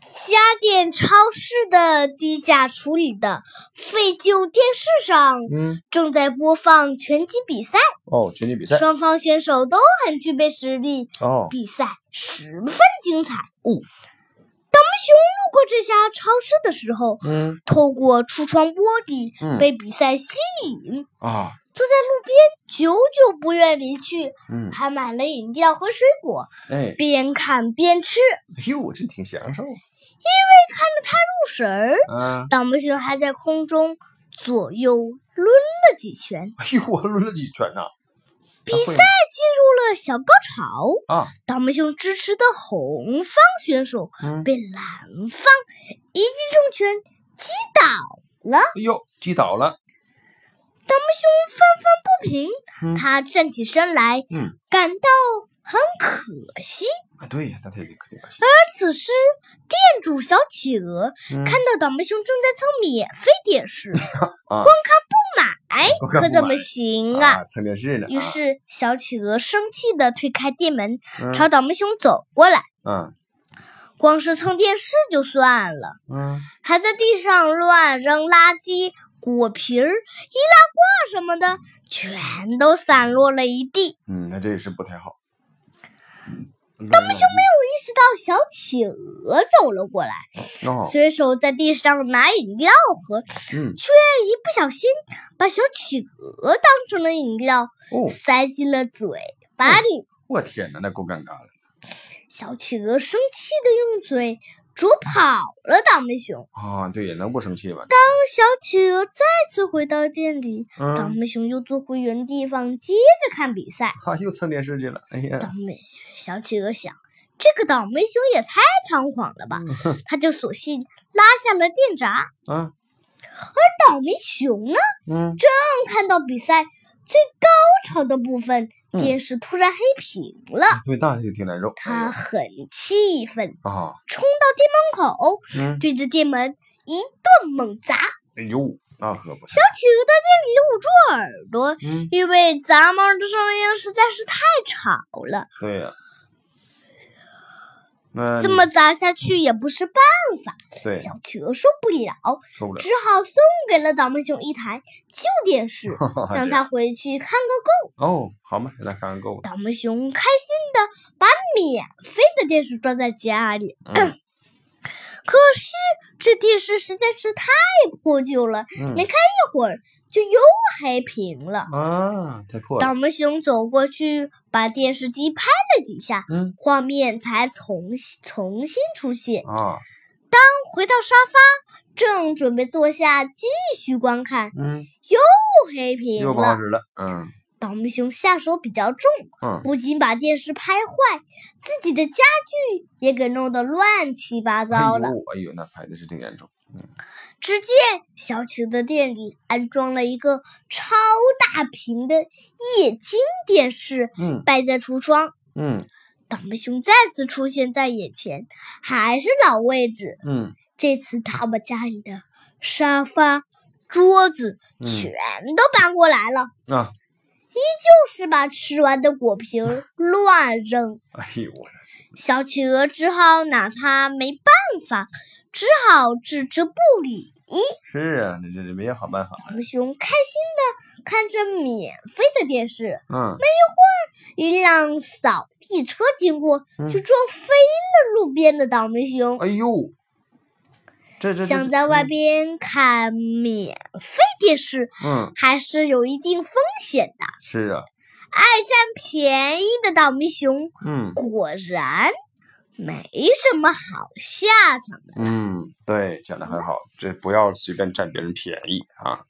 家电超市的低价处理的废旧电视上嗯，正在播放拳击比赛，哦，拳击比赛，双方选手都很具备实力，哦，比赛十分精彩。哦，路过这家超市的时候，嗯透过橱窗玻璃嗯被比赛吸引，啊，久久不愿离去，嗯，还买了饮料和水果，哎，边看边吃哎呦，我真挺享受入神儿。啊！倒霉熊还在空中左右抡了几拳，哎呦，我抡了几拳呢、比他会吗赛进入了小高潮。啊，倒霉熊支持的红方选手嗯，被蓝方一记重拳击倒，哎呦，击倒了，不平。嗯他站起身来，嗯，感到很可惜。啊，对呀，那他也挺可惜，而此时，店主小企鹅嗯看到倒霉熊正在蹭免费电视， 啊，哎，光看可不怎么买行啊？啊，蹭电视呢，于是，小企鹅生气地推开店门，啊朝倒霉熊走过来。嗯光是蹭电视就算了，嗯还在地上乱扔垃圾、果皮儿、易拉罐什么的，全都散落了一地。嗯，那这也是不太好。嗯他们兄意识到小企鹅走了过来，妹哦，随手在地上拿饮料喝，嗯却一不小心把小企鹅当成了饮料哦，塞进了嘴嗯巴里。我天哪，那够尴尬了。小企鹅生气的用嘴啄跑了倒霉熊。啊，对呀，能不生气吗？当小企鹅再次回到店里，倒嗯，霉熊又坐回原地方，接着看比赛。哈，又蹭电视去了。哎倒呀，霉小企鹅想，这个倒霉熊也太猖狂了 吧！他就索性拉下了电闸。啊，倒霉熊呢，嗯，正看到比赛最高潮的部分，嗯电视突然黑屏了，对，那就挺难受。他很气愤，啊，冲到店门口，嗯，对着店门一顿猛砸。哎呦，那可不行小。企鹅在店里捂住耳朵，嗯，因为杂毛的声音实在是太吵了，对呀。那这你么砸下去也不是办法。嗯对，小企鹅受不了，受不了只。好送给了倒霉熊一台旧电 视，让他回去看个够。哦，好嘛，让他看看够 了。倒霉熊开心的把免费的电视装在家里，嗯可是这电视实在是太破旧了，嗯没看一会儿就又黑屏了。啊，太破倒了。霉熊走过去，把电视机拍了几下，嗯画面才重重新出现。啊，回到沙发，正准备坐下继续观看，嗯，又黑屏又不好了。使了。嗯倒霉熊下手比较重，嗯，不仅把电视拍坏，自己的家具也给弄得乱七八糟了哎。呦。哎呦，那拍的是挺严重。只见小企鹅的店里安装了一个超大屏的液晶电视，嗯摆在橱窗。嗯倒霉熊再次出现在眼前，还是老位置。嗯这次他把家里的沙发、桌子嗯全都搬过来了，啊，就是把吃完的果皮儿 乱扔。哎呦我的，小企鹅只好拿它没办法，只好置之不理。是啊，这这没有好办法。小熊开心的看着免费的电视，嗯，一辆扫地车经过，嗯就撞飞了路边的倒霉熊。哎呦，这这这想在嗯外边看免费电视，嗯，嗯还是有一定风险的。是啊，占便宜的倒霉熊嗯果然没什么好下场。嗯，对，讲的很好，这不要随便占别人便宜啊。